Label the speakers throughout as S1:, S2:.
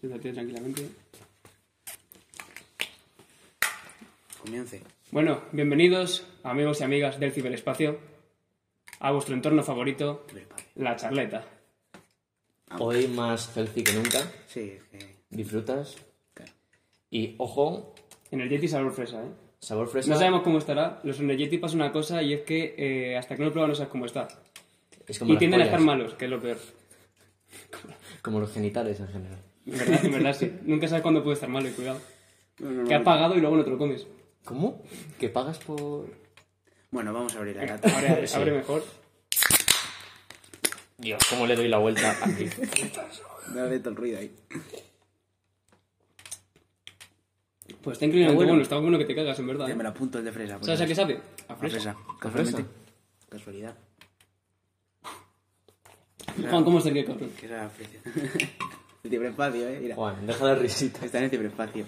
S1: Siéntate tranquilamente.
S2: Comience.
S1: Bueno, bienvenidos, amigos y amigas del ciberespacio, a vuestro entorno favorito, la charleta.
S3: Hoy más healthy que nunca.
S2: Sí, es que.
S3: Disfrutas.
S2: claro.
S3: Y ojo,
S1: En el Yeti sabor fresa, ¿eh?
S3: sabor fresa.
S1: No sabemos cómo estará. Los en el Yeti pasa una cosa y es que eh, hasta que no lo pruebas no sabes cómo está.
S3: Es como
S1: Y
S3: las
S1: tienden a
S3: pollas,
S1: estar malos, que es lo peor.
S3: Como los genitales en general.
S1: En verdad, en verdad sí. Nunca sabes cuándo puede estar malo y cuidado.
S2: No, no, no.
S1: Que has pagado y luego no te lo comes.
S3: ¿Cómo? ¿Que pagas por...?
S2: Bueno, vamos a abrir la
S1: Venga,
S2: lata.
S1: abre,
S3: Sí.
S1: abre mejor.
S3: Dios, ¿cómo le doy la vuelta aquí?
S2: Dale todo el ruido ahí.
S1: Pues está increíblemente
S3: bueno.
S1: bueno. está bueno que te cagas, en verdad.
S2: Ya
S1: ¿eh?
S2: me la apunto el de fresa. porque-
S1: ¿Sabes a qué sabe? A
S2: A
S1: fresa.
S2: fresa.
S3: fresa?
S2: Casualmente. Casualidad.
S1: Juan, ¿cómo está el que cabrón?
S2: Que era la fresa. el ciberespacio, eh. Mira.
S3: Juan, deja la risita.
S2: Está en el ciberespacio.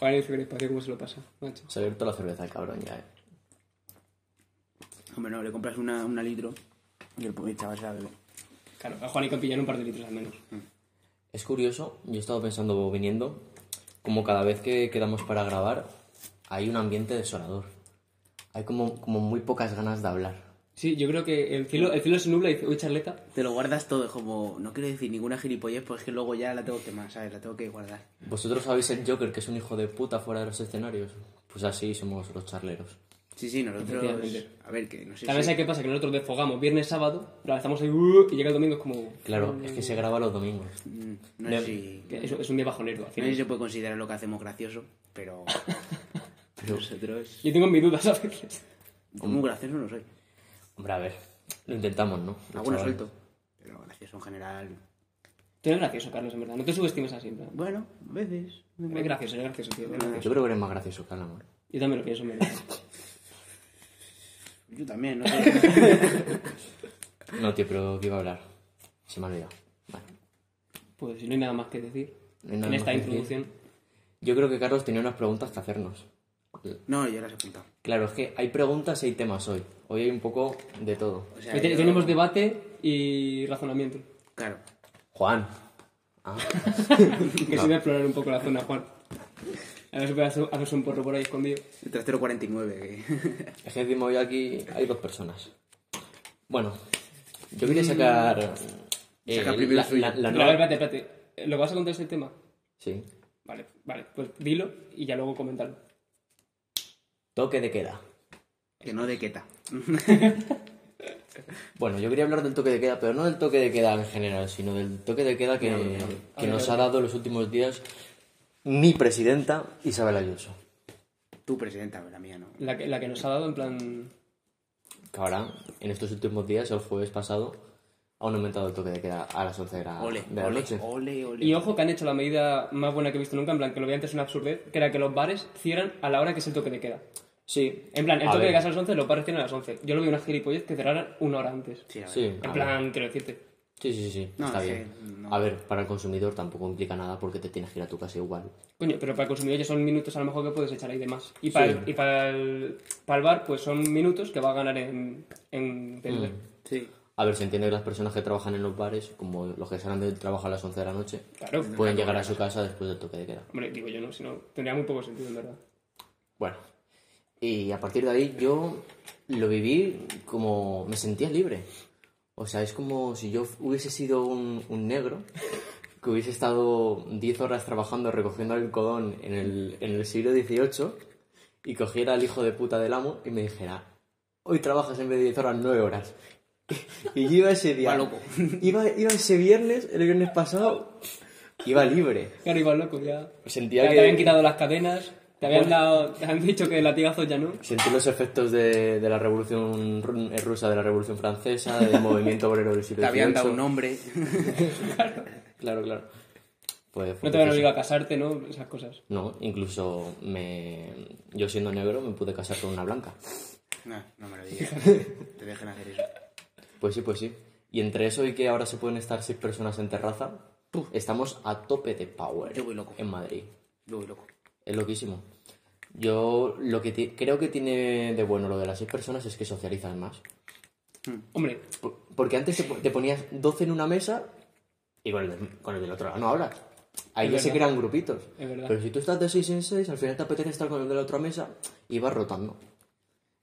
S1: Juan, el ciberespacio, ¿cómo se lo pasa? Macho.
S3: Se ha abierto la cerveza el cabrón ya, eh.
S2: Hombre, no, le compras una, una litro y el pobre chaval se la bebe.
S1: Claro, a Juan hay que pillar un par de litros al menos.
S3: Es curioso, yo he estado pensando viniendo, como cada vez que quedamos para grabar, hay un ambiente desolador. Hay como, como muy pocas ganas de hablar.
S1: Sí, yo creo que el cielo, el cielo se nubla y dice, uy, charleta.
S2: Te lo guardas todo, es como. No quiero decir ninguna gilipollez, pues es que luego ya la tengo que más, ¿sabes? La tengo que guardar.
S3: ¿Vosotros sabéis el Joker, que es un hijo de puta fuera de los escenarios? Pues así somos los charleros.
S2: Sí, sí, nosotros.
S1: Efectivamente.
S2: A ver, que no sé
S1: También
S2: si.
S1: ¿sabes qué pasa? Que nosotros desfogamos viernes, sábado, pero estamos ahí "Uh", y llega el domingo es como...
S3: Claro, es que se graba los domingos.
S2: Mm, No
S3: Le-
S2: sé si.
S1: que Es, es un día bajonero, al
S2: No
S1: final.
S2: sé si se puede considerar lo que hacemos gracioso, pero. pero nosotros.
S1: Yo tengo mis dudas a veces.
S2: Yo muy gracioso no soy.
S3: Hombre, a ver, lo intentamos, ¿no? Los
S2: Alguno
S3: chavales.
S2: suelto. Pero gracioso en general.
S1: Tú eres gracioso, Carlos, en verdad. No te subestimes así, en plan.
S2: Bueno, a veces.
S1: Eres gracioso, eres gracioso, tío. eres gracioso.
S3: Yo creo que eres más gracioso que ¿eh? el amor.
S1: Yo también lo pienso, en verdad.
S2: Yo también, no sé.
S3: No, tío, pero que iba a hablar. Se me ha olvidado. Vale.
S1: Pues si no hay nada más que decir
S3: No hay nada
S1: en
S3: más
S1: esta
S3: que decir.
S1: introducción.
S3: Yo creo que Carlos tenía unas preguntas que hacernos.
S2: No, yo las he apuntado.
S3: Claro, es que hay preguntas y hay temas hoy. Hoy hay un poco de todo.
S2: O sea,
S1: Hoy te-
S2: yo-
S1: Tenemos debate y razonamiento.
S2: Claro.
S3: Juan. Ah,
S1: Que se va a explorar un poco la zona, Juan. A ver si puede hacer- hacerse un porro por ahí escondido.
S2: El trastero 49. que-
S3: es que encima hoy aquí hay dos personas. Bueno, yo quería sacar... eh,
S2: Saca primero
S3: la,
S2: el suyo.
S3: la- la
S1: No,
S3: nueva-
S1: espérate, espérate. ¿Lo vas a contar este tema?
S3: Sí.
S1: Vale, vale. Pues dilo y ya luego comentalo.
S3: Toque de queda.
S2: que no de queta.
S3: Bueno, yo quería hablar del toque de queda, pero no del toque de queda en general, sino del toque de queda que, que
S1: A ver,
S3: nos
S1: a
S3: ha
S1: ver.
S3: dado los últimos días mi presidenta Isabel Ayuso.
S2: Tu presidenta, pero la mía no.
S1: La que, la que nos ha dado en plan...
S3: Que ahora, en estos últimos días, el jueves pasado, han aumentado el toque de queda a las 11 de la,
S2: Ole,
S3: de la
S2: ole,
S1: Oh.
S3: noche.
S2: ole, ole.
S1: Ah, Y ojo que han hecho la medida más buena que he visto nunca, en plan que lo vi antes una absurdez, que era que los bares cierran a la hora que es el toque de queda.
S3: Sí,
S1: En plan, el
S3: A
S1: toque
S3: ver.
S1: de queda es a las 11, los bares cierran a las 11. Yo lo vi una gilipollez que cerraran una hora antes.
S2: Sí, la
S3: sí,
S2: verdad.
S3: a
S1: En
S3: ver.
S1: plan, quiero decirte.
S3: sí, sí, sí, sí,
S2: No,
S3: está
S2: sí,
S3: bien.
S2: no.
S3: A ver, para el consumidor tampoco implica nada porque te tienes que ir a tu casa igual.
S1: Coño, pero para el consumidor ya son minutos a lo mejor que puedes echar ahí de más. Y para,
S3: Sí.
S1: el, y para, el, para el bar, pues son minutos que va a ganar en, en vender.
S3: Mm.
S2: Sí.
S3: A ver, se entiende que las personas que trabajan en los bares, como los que salen del trabajo a las 11 de la noche,
S1: Claro.
S3: pueden llegar a su casa después del toque de queda.
S1: Hombre, digo yo no, si no, tendría muy poco sentido, en verdad.
S3: Bueno, y a partir de ahí yo lo viví como me sentía libre. O sea, es como si yo hubiese sido un, un negro que hubiese estado 10 horas trabajando recogiendo algodón en el, en el siglo XVIII y cogiera al hijo de puta del amo y me dijera, hoy trabajas en vez de 10 horas, 9 horas. Y yo iba ese día,
S2: Va loco.
S3: Iba, iba ese viernes, el viernes pasado, iba libre.
S1: Claro, igual loco, ya.
S3: Sentía
S1: Ya
S3: que...
S1: Te habían quitado las cadenas, te habían, dado, te han dicho que latigazos ya no.
S3: Sentí los efectos de, de la revolución ru- eh, rusa, de la revolución francesa, del movimiento obrero del siglo
S2: Te habían dado un
S3: XVIII.
S2: nombre.
S3: Claro, claro. Pues,
S1: No te
S3: fue
S1: habían
S3: precioso.
S1: obligado a casarte, ¿no? Esas cosas.
S3: No, incluso me... yo siendo negro me pude casar con una blanca.
S2: no, no me lo digas. Te dejan hacer eso.
S3: Pues sí, pues sí. Y entre eso y que ahora se pueden estar seis personas en terraza, estamos a tope de power
S2: Yo voy loco.
S3: en Madrid.
S2: Yo voy loco.
S3: Es loquísimo. Yo lo que ti- creo que tiene de bueno lo de las seis personas es que socializas más.
S1: Hombre,
S3: Por- Porque antes te, po- te ponías 12 en una mesa Y con el, de- con el del otro lado no hablas. Ahí
S1: Es
S3: ya se
S1: verdad.
S3: crean grupitos.
S1: Es verdad.
S3: Pero si tú estás de 6 en 6, al final te apetece estar con el de la otra mesa y vas rotando.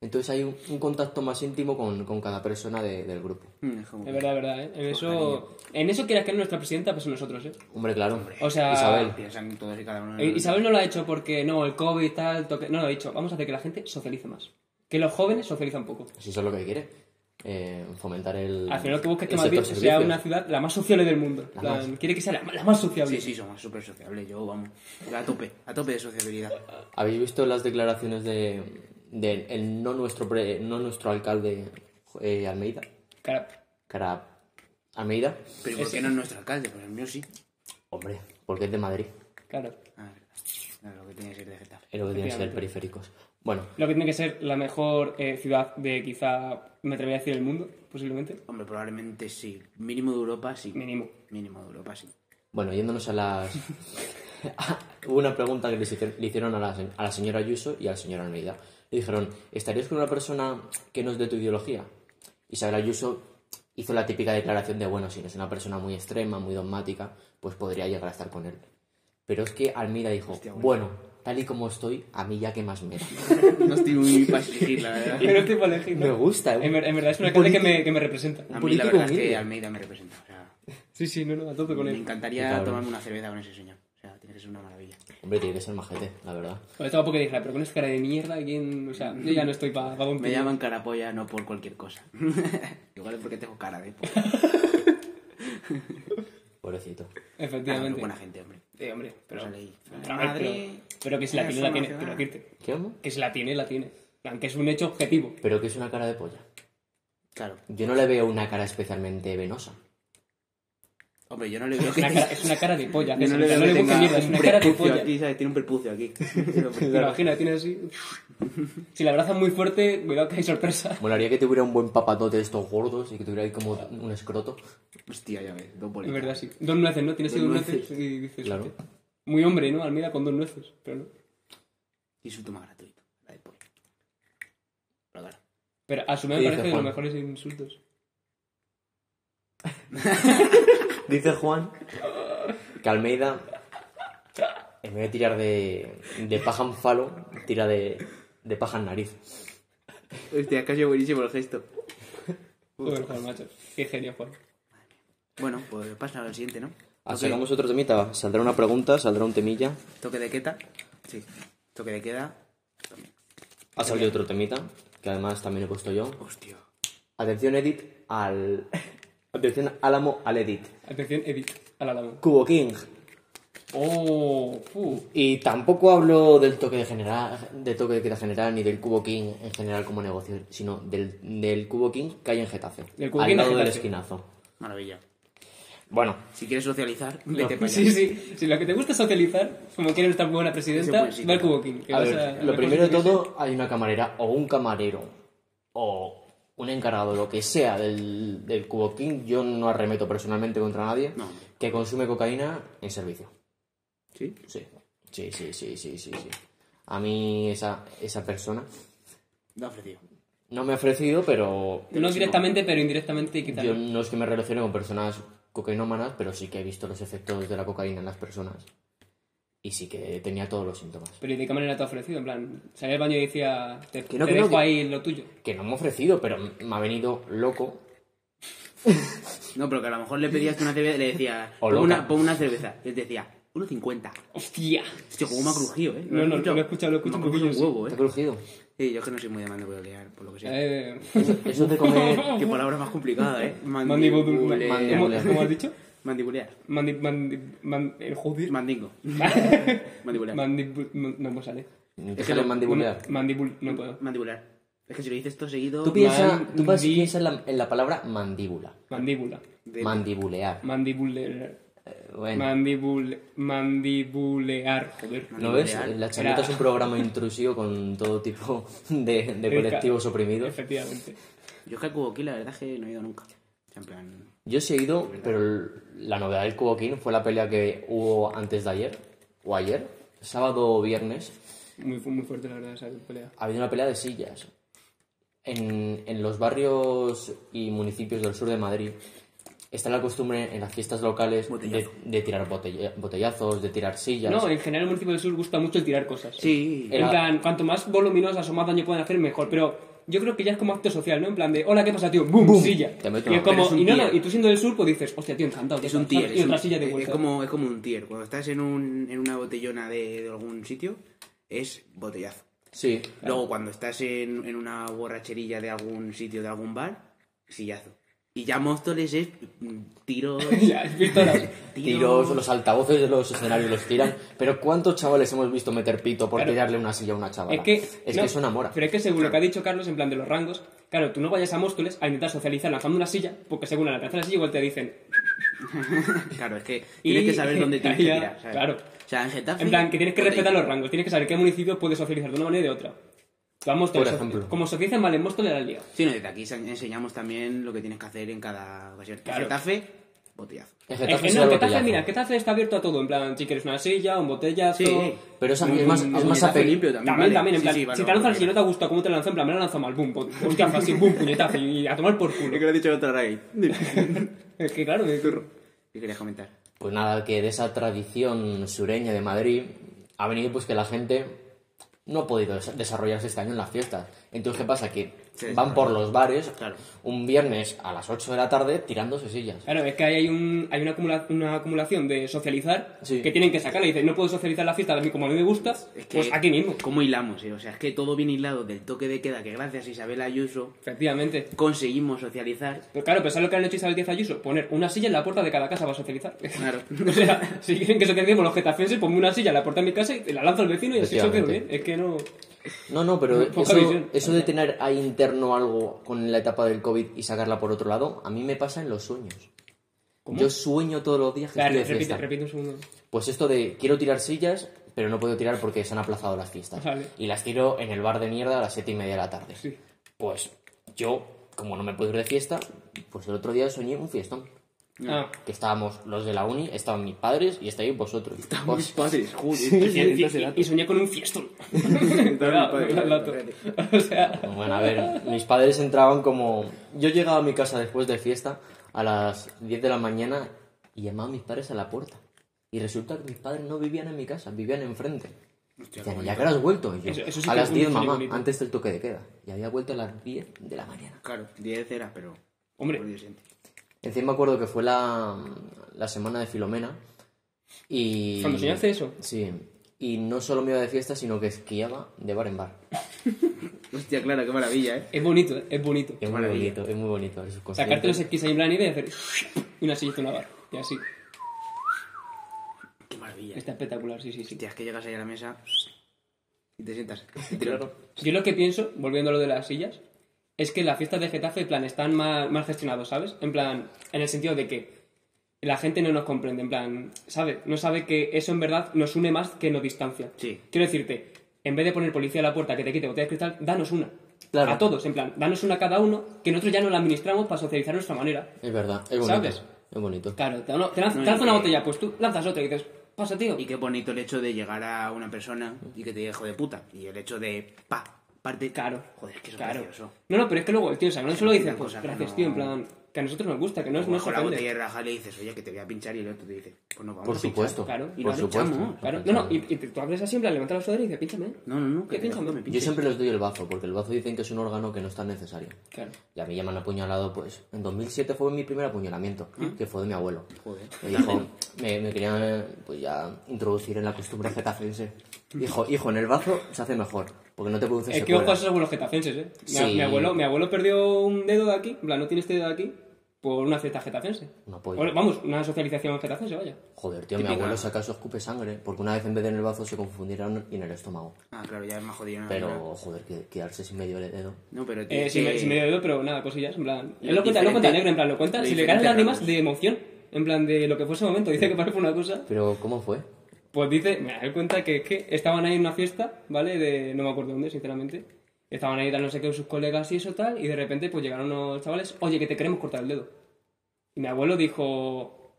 S3: Entonces hay un, un contacto más íntimo con, con cada persona de- del grupo.
S2: Mm, es como-
S1: Es verdad, es verdad. ¿eh? En eso, en eso quieras que no, nuestra presidenta, pues nosotros, ¿eh?
S3: Hombre, claro.
S1: O sea,
S3: Isabel.
S2: Piensan todos y cada uno. en
S1: Eh,
S2: el-
S1: Isabel no lo ha hecho porque no, el COVID y tal, toque... no lo ha dicho. Vamos a hacer que la gente socialice más. Que los jóvenes socializan poco.
S3: Si eso es lo que quiere. Eh, fomentar el.
S1: Al final lo que busca es que
S3: el
S1: Madrid
S3: sector
S1: sea
S3: servicios.
S1: una ciudad la más sociable del mundo. En plan, Quiere que sea la, la más sociable.
S2: Sí, sí, somos súper sociables. Yo, vamos. A tope, a tope de sociabilidad.
S3: ¿Habéis visto las declaraciones de, de el no nuestro pre- no nuestro alcalde eh, Almeida?
S1: Cara,
S3: Cara Almeida.
S2: Pero ¿por qué no es nuestro alcalde? Pues el mío sí.
S3: Hombre, porque es de Madrid.
S1: claro.
S2: Ah, verdad. No, lo que tiene que ser de Getafe.
S3: Es lo que tiene que ser periféricos. Bueno,
S1: Lo que tiene que ser la mejor eh, ciudad de quizá, me atrevería a decir, el mundo, posiblemente.
S2: Hombre, probablemente sí. Mínimo de Europa sí.
S1: Mínimo.
S2: Mínimo de Europa sí.
S3: bueno, yéndonos a las. Hubo una pregunta que les hice- le hicieron a la, se- a la señora Ayuso y al señor Almeida. Le dijeron, ¿estarías con una persona que no es de tu ideología? Isabel Ayuso hizo la típica declaración de, bueno, si no es una persona muy extrema, muy dogmática, pues podría llegar a estar con él. Pero es que Almeida dijo, bueno, tal y como estoy, a mí ya que más me da".
S2: No estoy muy para exigir, la verdad.
S1: Pero estoy para elegir, ¿no?
S3: Me gusta,
S1: En,
S3: ¿eh?
S1: ver- en verdad es una
S3: Un
S1: alcalde que
S3: político-
S1: me, que me representa.
S2: A mí la
S3: político
S2: verdad es que
S3: humilde.
S2: Almeida me representa. O sea,
S1: Sí, sí, no, no, a tope con
S2: me
S1: él.
S3: Qué
S2: encantaría
S3: cabrón.
S2: tomarme una cerveza con ese señor. O sea, tiene que ser una maravilla.
S3: Hombre, tiene que ser majete, la verdad.
S1: Bueno, estaba poco que dijera, pero con esta cara de mierda, ¿quién...? O sea, yo ya no estoy para pa
S2: Me
S1: cumplir.
S2: llaman carapolla no por cualquier cosa. Igual es porque tengo cara de... po-
S3: Pobrecito.
S2: Ah, pero
S1: Efectivamente.
S2: buena gente, hombre.
S1: Sí, hombre, pero...
S2: Pues ahí.
S1: pero a ver,
S2: Madrid,
S1: pero, pero que si la
S2: es
S1: tiene, la
S2: una
S1: tiene.
S2: ciudad.
S1: Quiero decirte.
S3: ¿Qué hombre?
S1: Que si la tiene, la tiene. Aunque es un hecho objetivo.
S3: Pero que es una cara de polla.
S2: Claro.
S3: Yo no le veo una cara especialmente venosa.
S2: Hombre, yo no le veo
S1: Es
S2: que...
S1: una cara, es una cara de polla.
S2: Yo
S1: que se-
S2: no le veo que
S1: busque
S2: tenga
S1: mierda, es
S2: un
S1: una cara de
S2: prepucio
S1: polla.
S2: aquí, ¿sabes? Tiene un prepucio aquí.
S1: Te imaginas, tiene así... Si la abrazan muy fuerte, cuidado que hay sorpresa.
S3: Molaría que tuviera un buen papatote de estos gordos y que tuviera ahí como un escroto.
S2: Hostia, ya ves, dos
S1: Es
S2: bolitas.
S1: verdad, sí. Dos nueces, ¿no? Tienes
S2: Dos
S1: ahí dos
S2: nueces.
S1: nueces y dices...
S3: Claro.
S1: hostia. Muy hombre, ¿no? Almeida con dos nueces, pero no.
S2: Y su toma gratuito. La de pollo. Pero claro.
S1: Pero a su
S3: ¿Qué
S1: me
S3: dice
S1: parece de los
S3: Juan?
S1: mejores insultos.
S3: Dice Juan que Almeida, en vez de tirar de, de paja en falo, tira de, de paja en nariz.
S2: Hostia, casi buenísimo el gesto.
S1: Joder, Juan, macho. Qué genio, Juan.
S2: Bueno, pues pasa al siguiente, ¿no?
S3: Ah,
S2: Toque,
S3: sacamos otro temita. Saldrá una pregunta, saldrá un temilla.
S2: toque de queda. Sí. Toque de queda.
S3: Ha salido otro temita, que además también he puesto yo.
S2: Hostia.
S3: Atención, Edit, al. Atención, Álamo, al Edit.
S1: Atención, Edith, al álamo.
S3: Cubo King.
S1: ¡Oh! ¡Fu!
S3: Y tampoco hablo del toque de general, de toque de queda general, ni del Cubo King en general como negocio, sino del, del Cubo King que hay en Getafe.
S1: Del Cubo
S3: al
S1: King de
S3: lado del
S1: Getafe.
S3: esquinazo.
S2: Maravilla.
S3: Bueno,
S2: Si quieres socializar, vete para allá.
S1: Sí, sí. Si lo que te gusta es socializar, como quiere nuestra buena
S2: Ese
S1: presidenta,
S2: buenísimo.
S1: va al Cubo King. que
S3: a
S1: vas
S3: ver,
S1: a-
S3: lo
S1: a-
S3: primero de todo, hay una camarera o un camarero o un encargado, lo que sea del, del Cubo King, yo no arremeto personalmente contra nadie,
S2: No.
S3: que consume cocaína en servicio.
S2: ¿Sí?
S3: Sí, sí, sí, sí, sí, sí. sí. A mí esa, esa persona
S2: Lo ha ofrecido.
S3: no me ha ofrecido, pero
S1: No directamente, pero indirectamente y quizá.
S3: Yo
S1: no.
S3: no es que me relacione con personas cocainómanas, pero sí que he visto los efectos de la cocaína en las personas. Y sí que tenía todos los síntomas.
S1: Pero ¿y de qué manera te ha ofrecido? En plan, salía al baño y decía, te,
S3: Que no,
S1: te
S3: que no,
S1: dejo
S3: que-
S1: ahí lo tuyo.
S3: Que no me ha ofrecido, pero me ha venido loco.
S2: No, pero que a lo mejor le pedías una cerveza y le decías,
S3: O
S2: pon
S3: loca.
S2: una, pon una cerveza. Y él te decía, 1,50.
S1: ¡Hostia!
S2: Hostia, como me ha crujido, ¿eh?
S1: No, no, lo he escuchado, lo he escuchado
S2: Me
S1: un
S2: ha crujido
S1: poquillo,
S2: un huevo,
S3: Te ha
S2: ¿eh?
S3: crujido.
S2: Sí, yo es que no soy muy de mandibular, por lo que sea.
S1: Eh,
S3: Eso, eso de comer.
S2: Qué palabra más complicada, ¿eh?
S1: mandibudul-
S2: Mandibular.
S1: ¿Cómo, cómo has dicho?
S2: Mandibular.
S1: Mandi, mandi, man- el joder.
S2: Mandingo. Mandibular.
S1: Mandibul- man- no me sale.
S3: Déjale mandibular.
S1: Mandibul, no puedo.
S2: Mandibular. Es que si lo dices todo seguido.
S3: Tú piensas
S1: mandi-
S3: tú pas- piensa en, la, en la palabra mandíbula.
S1: Mandíbula.
S2: de-
S3: Mandibulear.
S1: Mandibular.
S3: Eh, Bueno,
S1: Mandibule, mandibulear, joder.
S3: ¿no ves?
S2: mandibulear.
S3: La charleta
S1: Era-
S3: es un programa intrusivo con todo tipo de, de
S1: Cerca.
S3: colectivos oprimidos.
S1: Efectivamente.
S2: Yo es que al Cubo Kill, la verdad es que no he ido nunca. O sea, En plan.
S3: Yo sí he ido, pero l- la novedad del Cubo King fue la pelea que hubo antes de ayer, o ayer, sábado o viernes.
S1: Muy, fu- muy fuerte, la verdad, esa pelea.
S3: Ha habido una pelea de sillas. En, en los barrios y municipios del sur de Madrid está la costumbre en las fiestas locales de,
S2: Botellazo.
S3: de tirar botella- botellazos, de tirar sillas.
S1: No, en general el municipio del sur gusta mucho el tirar cosas.
S2: Sí.
S1: En plan, cuanto más voluminosas o más daño pueden hacer, mejor. Pero yo creo que ya es como acto social, ¿no? En plan de, hola, ¿qué pasa, tío? ¡Bum! Silla.
S3: Te meto
S1: y,
S3: una-
S1: es como,
S2: pero es un
S1: y no, no,
S2: tier.
S1: y tú siendo del sur, pues dices, hostia, tío, encantado.
S2: Es
S1: tío,
S2: un tier.
S1: ¿sabes? eh, Y
S2: Es,
S1: otra
S2: un-
S1: silla de
S2: es- es
S1: vuelta.
S2: como, es como un tier. Cuando estás en, un, en una botellona de, de algún sitio, es botellazo.
S3: Sí.
S2: Luego, cuando estás en, en una borracherilla de algún sitio, de algún bar, sillazo. Y ya Móstoles es mm, tiros.
S1: Las pistolas.
S3: Tiros, los altavoces de los escenarios los tiran. Pero ¿cuántos chavales hemos visto meter pito por
S1: Claro.
S3: tirarle una silla a una chavala?
S1: Es que,
S3: es
S1: no,
S3: que eso enamora.
S1: Pero es que según lo que ha dicho Carlos, en plan de los rangos, claro, tú no vayas a Móstoles a intentar socializar lanzando una silla, porque según la lanzas la silla igual te dicen,
S2: Claro, es que
S1: Y-
S2: tienes que saber dónde tienes que
S1: Ya,
S2: tirar. ¿sabes?
S1: claro.
S2: O sea, en Getafe.
S1: en plan, que tienes que
S2: botella.
S1: respetar los rangos, tienes que saber qué municipio puedes socializar de una manera y de otra. Tú a Móstoles,
S3: Por ejemplo.
S1: como socializan mal en Móstoles, la lía.
S2: Sí, no, desde aquí se- enseñamos también lo que tienes que hacer en cada ocasión. En
S1: Claro.
S2: Getafe, botellazo.
S3: En
S1: Es
S3: Getafe
S1: que
S3: se
S1: no,
S3: da
S1: eh, Getafe,
S3: botellazo.
S1: mira, Getafe está abierto a todo, en plan, si quieres una silla, un botellazo...
S2: Sí.
S3: Pero es,
S1: un-
S3: es más,
S1: un
S3: es más
S2: puñetazo
S3: apel-
S2: limpio
S1: También,
S2: vale.
S1: también, en
S2: Sí,
S1: plan,
S2: sí, vale,
S1: si te lanzan
S2: vale,
S1: el sillón no te gusta cómo te lanzan, en plan, me la lanza mal, boom, bot- hostia, así, boom, puñetazo, y a tomar por
S2: vale.
S1: culo.
S2: lo he dicho otra raíz.
S1: Es que claro, es-
S2: ¿Qué querías comentar?
S3: Pues nada, que de esa tradición sureña de Madrid ha venido pues que la gente no ha podido des- desarrollarse este año en las fiestas. Entonces, ¿qué pasa? Que
S2: Sí,
S3: van por los bares
S2: Claro.
S3: un viernes a las 8 de la tarde tirándose sillas.
S1: Claro, es que ahí hay, un, hay una, acumula- una acumulación de socializar
S3: Sí.
S1: que tienen que sacar. Y dicen, no puedo socializar la fiesta de mí como a mí me gusta,
S2: Es que,
S1: pues aquí mismo.
S2: ¿Cómo hilamos? eh? O sea, es que todo viene hilado del toque de queda que gracias a Isabel Ayuso
S1: Efectivamente.
S2: conseguimos socializar.
S1: Pero claro, pensar lo que han hecho Isabel Díaz Ayuso, poner una silla en la puerta de cada casa para socializar.
S2: Claro.
S1: o sea, si quieren que socialicemos los getafenses, ponme una silla en la puerta de mi casa y la lanzo al vecino y así socializo bien.
S3: Efectivamente.
S1: Es que no...
S3: No, no, pero
S1: Poca
S3: eso,
S1: visión.
S3: eso de tener ahí interno algo con la etapa del COVID y sacarla por otro lado, a mí me pasa en los sueños.
S1: ¿Cómo?
S3: Yo sueño todos los días que
S1: Claro,
S3: estoy de
S1: repite,
S3: fiesta.
S1: repite un segundo.
S3: Pues esto de quiero tirar sillas, pero no puedo tirar porque se han aplazado las fiestas.
S1: Vale.
S3: Y las tiro en el bar de mierda a las siete y media de la tarde.
S1: Sí.
S3: Pues yo, como no me puedo ir de fiesta, pues el otro día soñé un fiestón.
S1: Ah,
S3: Que estábamos los de la uni, estaban mis padres y estáis vosotros. Pues Os-
S2: padres, joder, este
S1: y, y- y soñé con un fiestón. Cuidado,
S2: pues,
S1: cuidado el dato. o sea,
S3: Bueno, a ver, mis padres entraban como... Yo llegaba a mi casa después de fiesta a las 10 de la mañana y llamaban mis padres a la puerta. Y resulta que mis padres no vivían en mi casa, vivían enfrente. Ya, ya que has vuelto. Y yo,
S1: Eso- eso sí
S3: a
S1: que
S3: las
S1: es
S3: 10,
S1: bonito,
S3: mamá,
S1: bonito.
S3: antes del toque de queda. Y había vuelto a las 10 de la mañana.
S2: Claro, 10 era, pero.
S1: Hombre.
S2: por Dios, gente.
S3: Encima me acuerdo que fue la, la semana de Filomena. Y...
S1: cuando soñaste eso...
S3: Sí. Y no solo me iba de fiesta, sino que esquiaba de bar en bar.
S1: Ah,
S2: Hostia, claro, qué maravilla, ¿eh?
S1: Es bonito, ¿eh? es bonito.
S3: Es muy
S2: maravilla.
S3: bonito, es muy bonito. el
S1: Sacarte
S3: subconsciente.
S1: los esquís ahí en plan idea y hacer y una silla y una barra. Y así.
S2: Qué maravilla.
S1: Está espectacular, sí, sí, sí.
S2: Hostia, es que llegas ahí a la mesa y te sientas.
S1: Yo lo que pienso, volviendo a lo de las sillas, es que las fiestas de Getafe, en plan, están mal, mal gestionadas, ¿sabes? En plan, en el sentido de que la gente no nos comprende, en plan, ¿sabe? No sabe que eso en verdad nos une más que nos distancia.
S2: Sí.
S1: Quiero decirte, en vez de poner policía a la puerta que te quite botellas de cristal, danos una.
S3: Claro.
S1: A todos, en plan, danos una a cada uno, que nosotros ya no la administramos para socializar de nuestra manera.
S3: Es verdad, es bonito.
S1: ¿Sabes?
S3: Es bonito.
S1: Claro, te, no, te lanz-
S2: No,
S1: te lanza
S2: no,
S1: una
S2: no.
S1: botella, pues tú lanzas otra y dices, pasa, tío.
S2: Y qué bonito el hecho de llegar a una persona y que te diga hijo de puta. Y el hecho de. pa, parte.
S1: Claro.
S2: Joder, que eso es
S1: claro.
S2: precioso.
S1: No, no, pero es que luego el tío, o sea, no solo dice,
S2: tiran
S1: pues
S2: cosas que
S1: gracias,
S2: no-
S1: tío, en plan, que a nosotros nos gusta, que no es
S2: O
S1: no
S2: bajo la
S1: sorprende.
S2: botella de raja le dices, oye, que te voy a pinchar. Y el otro te dice, pues no vamos
S3: Por
S2: a pinchar.
S3: supuesto.
S1: claro, y
S3: por
S1: lo
S3: supuesto.
S2: pinchamos,
S1: Claro, no, no, y, y tú abres así, en plan, levanta la sudadera y dice, pínchame.
S2: No, no, no,
S1: ¿Qué
S2: te dejo
S1: pinchas?
S2: me
S3: Yo
S2: pinches.
S3: siempre les doy el bazo, porque el bazo dicen que es un órgano que no es tan necesario.
S1: Claro.
S3: Y a mí ya me han apuñalado, pues. En 2007 fue mi primer apuñalamiento, que fue de mi abuelo.
S2: Joder.
S3: Me dijo, me, me querían, eh, pues ya, introducir en la costumbre getafense. Dijo, hijo, en el bazo se hace mejor, porque no te produce
S1: Es que ojo a
S3: secuelas.
S1: esos abuelos getafenses, ¿eh? Mi,
S3: Sí.
S1: mi abuelo, mi abuelo perdió un dedo de aquí, en plan, no tiene este dedo de aquí, por una fiesta getafense.
S3: Una polla.
S1: Bueno, vamos, una socialización getafense, vaya.
S3: Joder, tío, mi abuelo si acaso escupe sangre, porque una vez en vez de en el bazo se confundieron y en el estómago.
S2: Ah, claro, ya es más jodido. ¿no?
S3: Pero, joder, que- quedarse sin medio dedo.
S2: No, pero
S1: Eh,
S2: tienes
S1: si, me,
S2: que-
S1: si me dedo, pero nada, cosillas, en plan.
S2: Lo
S1: Él lo cuenta, él lo cuenta
S2: diferente-
S1: negro, en plan, lo cuenta,
S2: lo
S1: si le ganan
S2: diferente
S1: lágrimas de emoción, en plan, de lo que fue ese momento, dice que parece una cosa.
S3: Pero, ¿cómo fue?
S1: Pues dice, me da cuenta que, que estaban ahí en una fiesta, ¿vale? De, no me acuerdo dónde, sinceramente. Estaban ahí, tal, no sé qué, sus colegas y eso tal, y de repente pues llegaron unos chavales, oye, que te queremos cortar el dedo. Y mi abuelo dijo,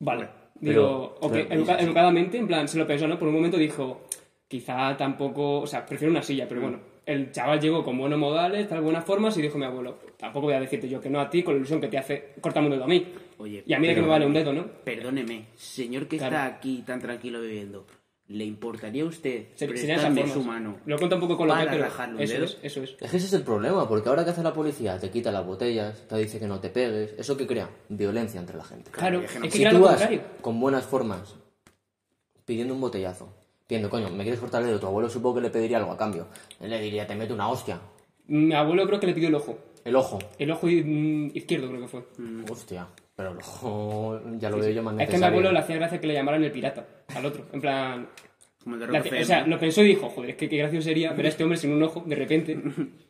S1: vale. Digo,
S3: Pero-
S1: ok,
S3: pero-
S1: educa-
S3: Mm.
S1: educadamente, en plan, se lo pensó, ¿no? Por un momento dijo, quizá tampoco, o sea, prefiero una silla, pero bueno, el chaval llegó con buenos modales, tal, buenas formas y dijo mi abuelo, tampoco voy a decirte yo que no a ti con la ilusión que te hace cortarme un dedo a mí.
S2: Oye,
S1: y a mí de que me vale un dedo, ¿no?
S2: Perdóneme, señor que
S1: Claro.
S2: está aquí tan tranquilo bebiendo, ¿le importaría a usted
S1: Se enseña esas
S2: prestarme
S1: formas.
S2: su mano?
S1: Lo cuenta un poco con lo
S2: para
S1: que
S2: rajarle un
S1: eso
S2: dedo.
S1: es, eso es.
S3: Es que ese es el problema, porque ahora que hace la policía, te quita las botellas, te dice que no te pegues, eso que crea violencia entre la gente.
S1: Claro,
S2: es que no-
S1: es que
S3: si
S1: era
S3: tú
S1: lo
S3: vas
S1: contrario.
S3: con buenas formas pidiendo un botellazo, pidiendo, coño, me quieres cortar el dedo, tu abuelo supongo que le pediría algo a cambio. Él le diría, te meto una hostia,
S1: Mi abuelo creo que le pidió el ojo.
S3: el ojo.
S1: El ojo i- mm, izquierdo creo que fue.
S3: Hostia, pero el ojo ya lo veo yo más
S1: Mm. Es que a mi
S3: necesario.
S1: abuelo le hacía gracia que le llamaran el pirata al otro. En plan.
S2: Como el de
S1: le hacía-
S2: Rockefeller.
S1: o sea, lo pensó y dijo, joder, es que qué gracioso sería ver a este hombre sin un ojo de repente.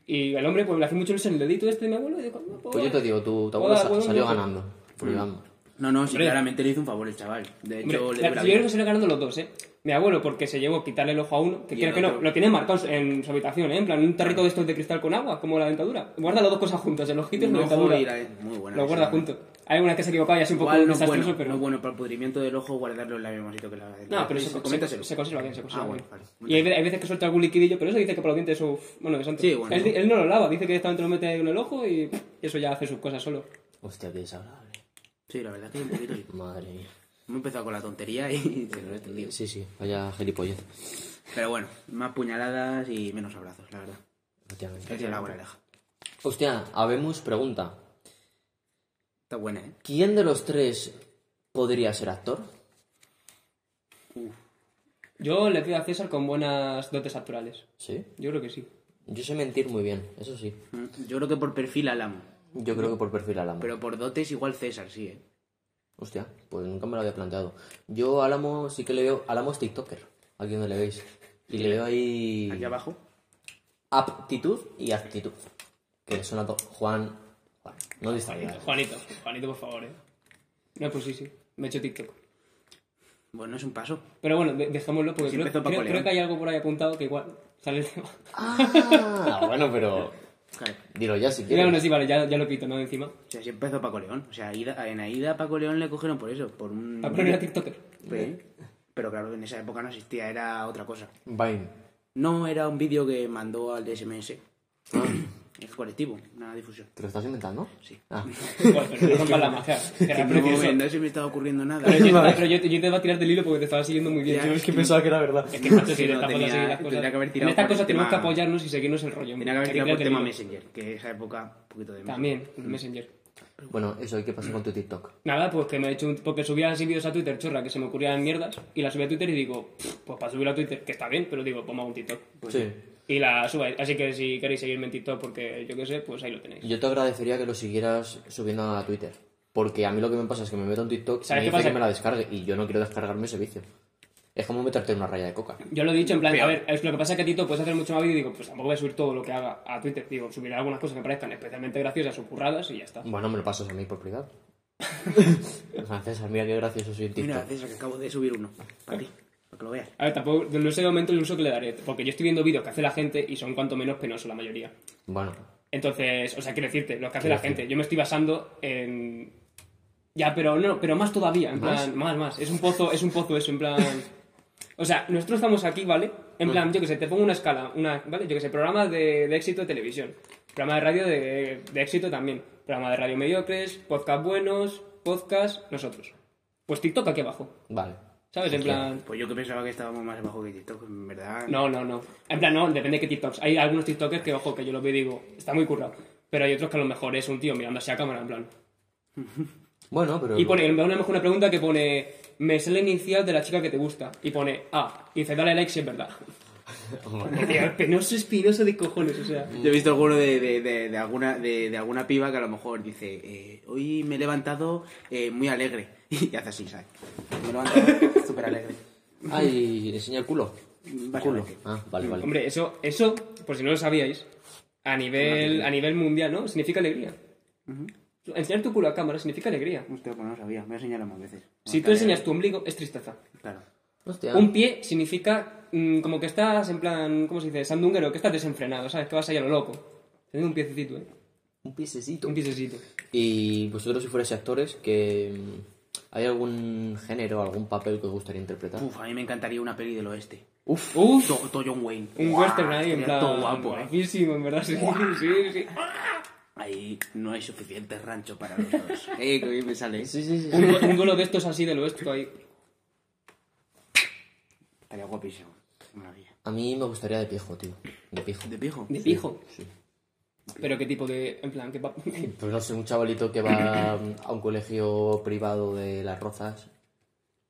S1: Y el hombre, pues le hace mucho ilusión el dedito este de mi abuelo. Y dijo, no,
S3: Pues yo te digo, tu, tu
S1: Hola,
S3: abuelo
S1: Mm.
S3: sa-
S1: abuelo.
S3: salió ganando. porque vamos.
S2: No, no, sí,
S1: Hombre.
S2: claramente le hizo un favor el chaval. De
S1: Hombre,
S2: hecho, le
S1: claro,
S2: la
S1: yo creo que
S2: vida.
S1: se lo ganando los dos, ¿eh? Mi abuelo, porque se llevó a quitarle el ojo a uno, que
S2: Y
S1: creo
S2: el
S1: que no,
S2: otro.
S1: lo tiene marcado en su- en su habitación, ¿eh? En plan, un tarrito de estos de cristal con agua, como la dentadura. Guarda las dos cosas juntas, el ojito y
S2: Un
S1: la
S2: ojo
S1: dentadura.
S2: y la- eh, muy buena
S1: lo
S2: esa,
S1: guarda
S2: ¿no?
S1: junto. Hay una que se ha equivocado y así un poco
S2: Igual no es,
S1: desastroso,
S2: bueno,
S1: pero...
S2: no es bueno para el pudrimiento del ojo guardarlo en la misma sitio que la
S1: No, pero se,
S2: coméntaselo.
S1: se, se conserva bien, se conserva
S2: Ah, bueno,
S1: bien.
S2: vale.
S1: Y hay, ve- hay veces que suelta algún liquidillo, pero eso dice que por los dientes eso... uf, Bueno, de santo.
S2: Sí, bueno.
S1: él, di- él no lo lava, dice que directamente lo mete en el ojo y pff, eso ya hace sus cosas solo.
S3: Hostia, qué desagradable.
S2: Sí, la verdad que un poquito. Hemos
S3: Madre mía.
S2: empezado con la tontería y se lo he entendido.
S3: Sí, sí, vaya gilipollez.
S2: Pero bueno, más puñaladas y menos abrazos, la verdad.
S3: efectivamente.
S2: Esa es la buena leja.
S3: Hostia, habemos pregunta.
S2: Está buena, ¿eh?
S3: ¿Quién de los tres podría ser actor?
S1: Yo le pido a César con buenas dotes actuales.
S3: Sí.
S1: Yo creo que sí.
S3: Yo sé mentir muy bien, eso sí.
S2: Mm, Yo creo que por perfil Alamo.
S3: Yo creo que por perfil Álamo.
S2: Pero por dotes igual César, sí, ¿eh?
S3: Hostia, pues nunca me lo había planteado. Yo Álamo sí que le veo... Álamo es TikToker, aquí donde le veis. Y le veo ahí...
S2: Aquí abajo.
S3: Aptitud y actitud. Que suena to... Juan... Juan, no distraigas.
S1: Juanito, Juanito, por favor, eh. No, pues sí, sí. Me he hecho TikTok.
S2: Bueno, es un paso.
S1: Pero bueno, de- dejémoslo porque
S2: Sí,
S1: creo,
S2: Pues empezó Paco
S1: creo-
S2: León.
S1: creo que hay algo por ahí apuntado que igual sale el tema.
S3: Ah, bueno, pero...
S2: Claro.
S3: Dilo ya si
S1: Mira, bueno,
S3: quieres.
S1: sí, vale, ya, ya lo quito, ¿no? De Encima.
S2: O sea, así empezó Paco León. O sea, Aida- en Aida Paco León le cogieron por eso, por un...
S1: A poner a TikToker.
S2: Pe- Pero claro, en esa época no existía, era otra cosa.
S3: Vine.
S2: No era un vídeo que mandó al SMS.
S1: Ah.
S2: Es colectivo, una difusión.
S3: ¿Te lo estás inventando?
S2: Sí.
S3: Ah.
S1: Bueno, pero no rompas la magia. que
S2: Que
S1: Era
S2: no,
S1: precioso.
S2: me- no se me estaba ocurriendo nada. ¿eh?
S1: Pero yo, pero yo- yo te iba a tirar del hilo porque te estaba siguiendo muy bien.
S2: Ya, es
S1: que
S3: pensaba que era verdad.
S1: Es que, macho,
S2: es
S1: si
S2: que
S1: le
S2: no
S1: estamos
S2: tenía-
S1: así las cosas.
S2: tendría que haber
S1: En
S2: tirado
S1: estas
S2: por el
S1: cosas tenemos que
S2: tema-
S1: apoyarnos y seguirnos el rollo.
S2: Tenía que haber
S1: Hay que
S2: tirado por
S1: tirar
S2: tema
S1: del hilo.
S2: Messenger, Mm. que esa época un poquito de...
S1: También, Messenger.
S3: Bueno, eso, ¿y qué pasa con tu TikTok?
S1: Nada, pues que me he hecho un... Porque subía así vídeos a Twitter, chorra, que se me ocurrían mierdas. Y la subí a Twitter y digo, pues para subirla a Twitter, que está bien, pero digo, ponme un TikTok.
S3: sí.
S1: Y la suba. Así que si queréis seguirme en TikTok porque yo qué sé, pues ahí lo tenéis.
S3: Yo te agradecería que lo siguieras subiendo a Twitter. Porque a mí lo que me pasa es que me meto en TikTok y me
S1: ¿Sabes qué
S3: dice
S1: pasa?
S3: que me la descargue. Y yo no quiero descargarme ese vicio. Es como meterte en una raya de coca.
S1: Yo lo he dicho en plan, a
S2: Peor.
S1: ver, es lo que pasa es que a Tito puedes hacer mucho más vídeo y digo, pues tampoco voy a subir todo lo que haga a Twitter. Digo, subiré algunas cosas que me parezcan especialmente graciosas o curradas y ya está.
S3: Bueno, me lo pasas a mí por privado. O sea, César, mira qué gracioso soy en
S2: Mira,
S3: TikTok.
S2: César, que acabo de subir uno. Para ti, para que lo veas.
S1: A ver, tampoco, no sé de momento el uso que le daré, porque yo estoy viendo vídeos que hace la gente y son cuanto menos penosos la mayoría.
S2: eh.
S3: Bueno,
S1: Entonces, o sea, quiero decirte, lo que hace
S3: Quiero
S1: la gente. Yo me estoy basando en. Ya, pero no, pero más todavía, en
S3: ¿Más?
S1: plan, más, más. Es un pozo, es un pozo eso, en plan. O sea, nosotros estamos aquí, ¿vale? En plan, yo que sé, te pongo una escala, una, ¿vale? Yo que sé, programas de, de éxito de televisión, programa de radio de, de éxito también, programa de radio mediocres, podcast buenos, podcast, nosotros. Pues TikTok aquí abajo,
S3: vale.
S1: ¿sabes? En
S3: Hostia.
S1: plan.
S2: Pues yo que pensaba que estábamos más abajo que TikTok, en verdad.
S1: No, no, no. En plan, no, depende de qué TikToks. Hay algunos TikTokers que, ojo, que yo los veo y digo, está muy currado. Pero hay otros que a lo mejor es un tío mirando hacia cámara, en plan.
S3: Bueno, pero.
S1: Y pone, me da una mejor una pregunta que pone, me sale la inicial de la chica que te gusta. Y pone, ah, y dice, dale like si es verdad. Tío, penoso espinoso de cojones, o sea.
S2: Yo he visto alguno de, de- de- de alguna, de, de alguna piba que a lo mejor dice, eh, hoy me he levantado eh, muy alegre. Y hace así, ¿sabes? Me he levantado súper alegre.
S3: Ay, enseña el culo. culo.
S2: Básicamente.
S3: Ah, vale, vale.
S1: Hombre, eso, eso, por si no lo sabíais, a nivel, a nivel mundial, ¿no? Significa alegría. Enseñar tu culo a cámara significa alegría.
S2: Hostia, pues no lo sabía, me lo enseñaron más veces.
S1: Si tú enseñas tu ombligo, es tristeza.
S2: Claro.
S3: Hostia.
S1: Un pie significa mm, como que estás en plan, ¿cómo se dice? Sandunguero, que estás desenfrenado, ¿sabes? Que vas allá a lo loco. Tener un piececito, ¿eh?
S3: Un piececito.
S1: Un piececito.
S3: Y vosotros, si fuerais actores, que. mm, ¿Hay algún género, algún papel que os gustaría interpretar?
S2: Uf, a mí me encantaría una peli del oeste. Uf,
S1: Uf.
S2: To, to John Wayne.
S1: Un
S2: Guau,
S1: western ahí, en
S2: sería
S1: plan.
S2: Todo guapo, eh.
S1: Guapísimo, en verdad. Sí, sí, sí.
S2: Ahí no hay suficiente rancho para los dos. eh, que hoy me sale.
S3: Sí, sí, sí.
S1: Un, du- un duelo de estos así del oeste ahí.
S2: Estaría guapísimo. Maravilla.
S3: A mí me gustaría de pijo, tío. De pijo.
S2: ¿De viejo?
S1: De pijo.
S3: Sí.
S1: Pero qué tipo de. En plan, qué pa-
S3: Pues no sé, un chavalito que va a un colegio privado de Las Rozas.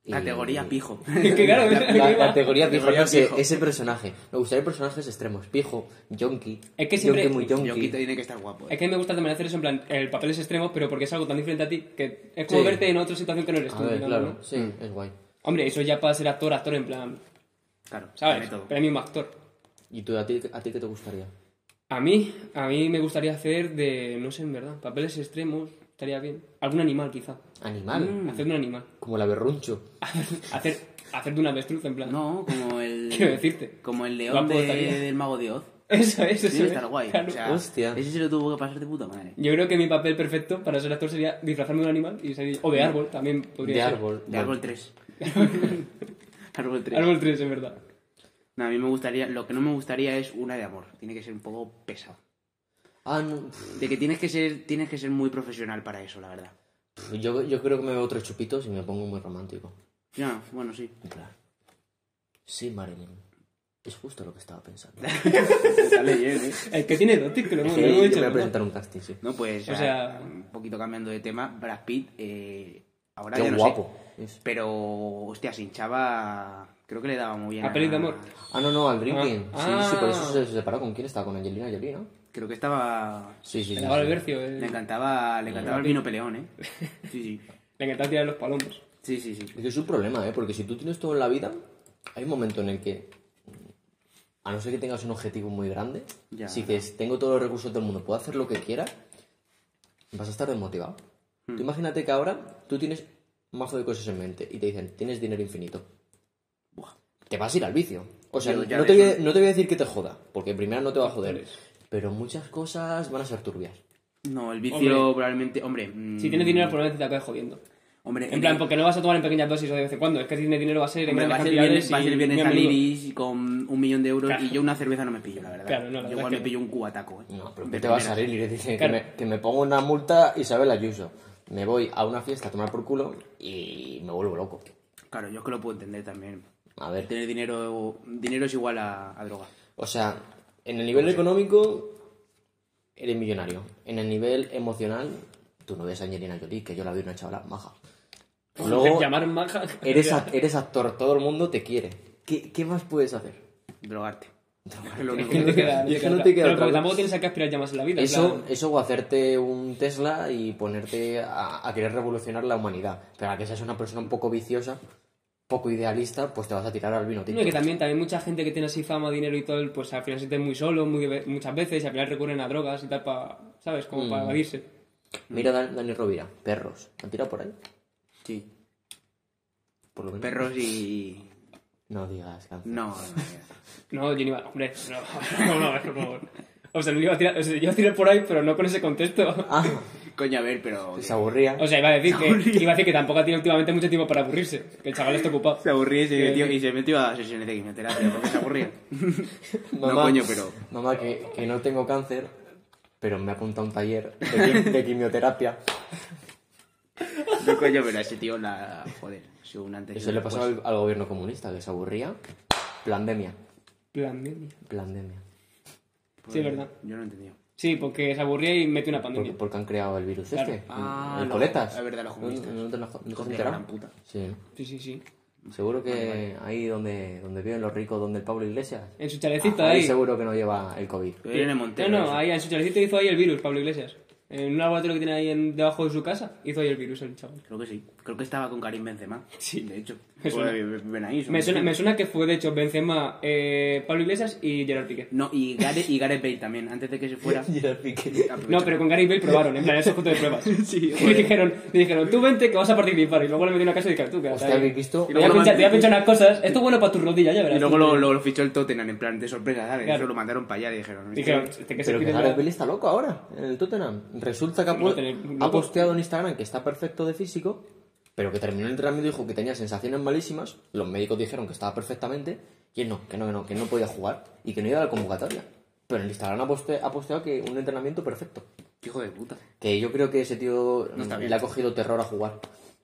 S3: y-
S2: Categoría pijo.
S1: que claro,
S3: La, la
S1: iba.
S3: categoría pijo,
S2: Categoría
S3: no sé,
S2: pijo.
S3: ese personaje. Me gustaría personajes extremos. Pijo, yonki.
S1: Es que siempre-
S3: yonki muy
S2: Yo
S3: yonki.
S2: quito tiene que estar guapo. eh.
S1: Es que me gusta también hacer eso en plan, el papel es extremo, pero porque es algo tan diferente a ti que es como
S3: Sí.
S1: verte en otra situación que no eres
S3: A
S1: tú.
S3: ver,
S1: digamos,
S3: claro,
S1: ¿no?
S3: sí, es guay.
S1: Hombre, eso ya para ser actor, actor en plan,
S2: Claro,
S1: ¿sabes?
S2: tiene todo.
S1: Premium actor.
S3: ¿Y tú, a ti, a ti qué te gustaría?
S1: A mí, a mí me gustaría hacer de, no sé, en verdad, papeles extremos, estaría bien. Algún animal, quizá.
S3: Animal,
S1: Hacer de un animal.
S3: como la berruncho.
S1: hacer, hacer de una avestruz, en plan.
S2: No, como el.
S1: Quiero decirte.
S2: Como el león
S1: Guapo
S2: de-
S1: estaría.
S2: del mago de Oz.
S1: Eso, eso,
S2: Tiene
S1: eso,
S2: que estar guay.
S1: claro.
S2: O sea,
S3: Hostia.
S2: Ese se lo tuvo que pasar de puta madre.
S1: Yo creo que mi papel perfecto para ser actor sería disfrazarme de un animal y salir, o de árbol, también podría
S3: De
S1: ser.
S3: árbol.
S2: Mm. De árbol 3. árbol 3.
S1: Árbol 3, en verdad.
S2: No, a mí me gustaría. Lo que no me gustaría es una de amor. Tiene que ser un poco pesado.
S3: Ah, no, pff,
S2: De que tienes que ser, tienes que ser muy profesional para eso, la verdad.
S3: yo, yo creo que me veo tres chupitos y me pongo muy romántico.
S2: Ya, bueno, sí.
S3: En plan, Sí, Marilyn. Es justo lo que estaba pensando.
S2: Sale bien, ¿eh?
S1: El que tiene dotes, que lo hemos,
S3: Sí,
S1: lo hemos
S3: yo
S1: dicho,
S3: voy a
S1: ¿verdad?
S3: presentar un casting, sí.
S2: No, pues,
S1: O
S2: o
S1: sea-
S2: sea, un poquito cambiando de tema, Brad Pitt, eh, ahora
S3: Qué
S2: ya no
S3: guapo.
S2: sé,
S3: es.
S2: pero, hostia, se hinchaba, creo que le daba muy bien
S1: A peli de amor.
S3: Ah, no, no, al drinking.
S1: Ah,
S3: sí, sí, por eso
S1: ah.
S3: se, se separó. ¿Con quién estaba? ¿Con Angelina Jolie, no?
S2: Creo que estaba,
S3: Sí, sí, sí.
S1: El árbol
S3: sí.
S1: bercio,
S2: le
S1: el...
S2: encantaba, le encantaba el vino peleón, ¿eh? Sí, sí,
S1: le encantaba tirar los palomos.
S2: sí, sí, sí.
S3: Es que es un problema, ¿eh? Porque si tú tienes todo en la vida, hay un momento en el que, a no ser que tengas un objetivo muy grande,
S2: Ya.
S3: si que es, tengo todos los recursos del mundo, puedo hacer lo que quiera, vas a estar desmotivado.
S2: Hmm.
S3: Tú imagínate que ahora tú tienes un mazo de cosas en mente y te dicen, tienes dinero infinito. Buah, te vas a ir al vicio. O sea,
S2: Pero ya
S3: no te,
S2: ves,
S3: voy a, no te voy a decir que te joda, porque primero no te va a joder. Pero muchas cosas van a ser turbias.
S2: No, el vicio
S1: Hombre.
S2: probablemente, hombre, mm,
S1: Si tienes dinero, probablemente te acabes jodiendo.
S2: hombre,
S1: En plan, porque no vas a tomar en pequeñas dosis o de vez en cuando. Es que si tienes dinero va a ser en
S2: hombre, va a
S1: grandes
S2: ser bien,
S1: cantidades
S2: va a
S1: y
S2: ser bien
S1: muy a
S2: estar
S1: menudo.
S2: Lidis con un millón de euros
S1: Claro.
S2: y yo una cerveza no me pillo, la verdad.
S1: Claro, no, la
S2: yo
S1: verdad
S2: igual
S1: es que
S2: me pillo un cubataco, ¿eh?
S3: No, pero
S2: De
S3: ¿qué te va a
S2: primera.
S3: salir? Y le dicen
S1: Claro.
S3: que, me, que me pongo una multa Isabel Ayuso. Me voy a una fiesta a tomar por culo y me vuelvo loco.
S2: Claro, yo es que lo puedo entender también.
S3: A ver,
S2: Tener dinero, dinero es igual a, a droga.
S3: o sea, en el nivel económico eres millonario. En el nivel emocional, tú no ves a Angelina Jolie, que yo la vi una chavala maja. Luego,
S1: Te Pues llamar maja.
S3: eres, act- eres actor, todo el mundo te quiere. ¿Qué, qué más puedes hacer?
S2: Drogarte.
S1: Es que no te queda,
S3: Es que no te queda
S1: Pero
S3: otra
S1: porque
S3: cosa.
S1: tampoco tienes a qué aspirar ya más en la vida. en
S3: Eso,
S1: plan,
S3: eso o hacerte un Tesla y ponerte a, a querer revolucionar la humanidad. Pero a que seas una persona un poco viciosa, poco idealista, pues te vas a tirar al vino tinto.
S1: No, y que también, también mucha gente que tiene así fama, dinero y todo, pues al final se siente muy solo muy, de- muchas veces y al final recurren a drogas y tal para, ¿sabes? Como
S3: Mm.
S1: para evadirse.
S3: Mira Dan- Dani Rovira, perros. ¿Han tirado por ahí?
S2: Sí.
S3: Por lo menos.
S2: Perros y...
S3: No digas, canción.
S2: No.
S1: No, yo no iba, hombre, no, no, no, por favor. O sea, no iba a tirar, o sea, yo iba a tirar por ahí, pero no con ese contexto.
S3: Ah,
S2: Coño, a ver, pero...
S3: se aburría.
S1: O sea, iba a decir que, iba a decir que tampoco ha tenido últimamente mucho tiempo para aburrirse, que el chaval está ocupado.
S2: Se aburría y se metió, y se metió a sesiones de quimioterapia porque se aburría. no,
S3: Mamá,
S2: coño, pero...
S3: Mamá, que, que no tengo cáncer, pero me apunta a un taller de, quim- de quimioterapia.
S2: No, coño, pero a ese tío la... Joder, si un antes... y
S3: Eso
S2: un
S3: le
S2: después.
S3: pasaba
S1: Pues
S3: al, al gobierno comunista, que se aburría. Plandemia.
S1: Pandemia.
S3: Plandemia.
S1: Sí, es verdad.
S2: Yo no he entendido.
S1: Sí, porque se aburría y metió una pandemia.
S3: Porque, porque han creado el virus
S1: Claro.
S3: este.
S2: Ah,
S3: el
S2: los-
S3: coletas.
S2: es verdad, los
S3: No-
S2: comunistas.
S3: No, te, lo- no te has
S2: Joder,
S3: enterado.
S2: gran puta.
S3: Sí.
S1: Sí, sí, sí.
S3: Seguro que ahí donde, donde viven los ricos, donde el Pablo Iglesias.
S1: En su chalecito
S3: ahí
S1: Eh, ahí.
S3: seguro que no lleva el COVID.
S2: Pero Irene Montero.
S1: no,
S2: eso.
S1: no, ahí en su chalecito hizo ahí el virus, Pablo Iglesias. En un laboratorio que tiene ahí en- debajo de su casa, hizo ahí el virus el chaval.
S2: Creo que sí. Creo que estaba con Karim Benzema. Sí. De hecho.
S1: Me suena.
S2: Joder, ven ahí, son-
S1: Me suena, me suena que fue, de hecho, Benzema, eh, Pablo Iglesias y Gerard Piqué.
S2: No, y Gareth, y Gareth Bale también, antes de que se fuera.
S1: No, pero con Gary Bale probaron, en plan, eso junto de pruebas. sí, le dijeron, le dijeron, tú vente que vas a participar. Y luego le metieron a casa y dijeron, tú, que
S3: Hostia, ¿habéis visto?
S1: Te voy a
S2: luego
S1: pinchar,
S2: lo
S1: te voy a
S2: mandaron-
S1: pinchar unas cosas. Esto es bueno para tu rodilla, ya verás.
S2: Y luego lo, lo- lo fichó el Tottenham en plan de sorpresa, ¿sabes?
S1: Claro.
S2: Eso lo mandaron para allá y dijeron.
S1: Dijeron, este que se
S3: Pero que
S1: pide
S3: Gareth
S1: la-
S3: Bale está loco ahora, en el Tottenham. Resulta que ha, pu-
S1: No tener-
S3: ha
S1: loco.
S3: posteado en Instagram que está perfecto de físico, pero que terminó el entrenamiento y dijo que tenía sensaciones malísimas. Los médicos dijeron que estaba perfectamente. Y él no, que no, que no, que no podía jugar y que no iba a la convocatoria. Pero en el Instagram ha, poste- ha posteado que un entrenamiento perfecto.
S2: Hijo de puta.
S3: Que yo creo que ese tío
S2: No está
S3: mm,
S2: bien.
S3: le ha cogido terror a jugar.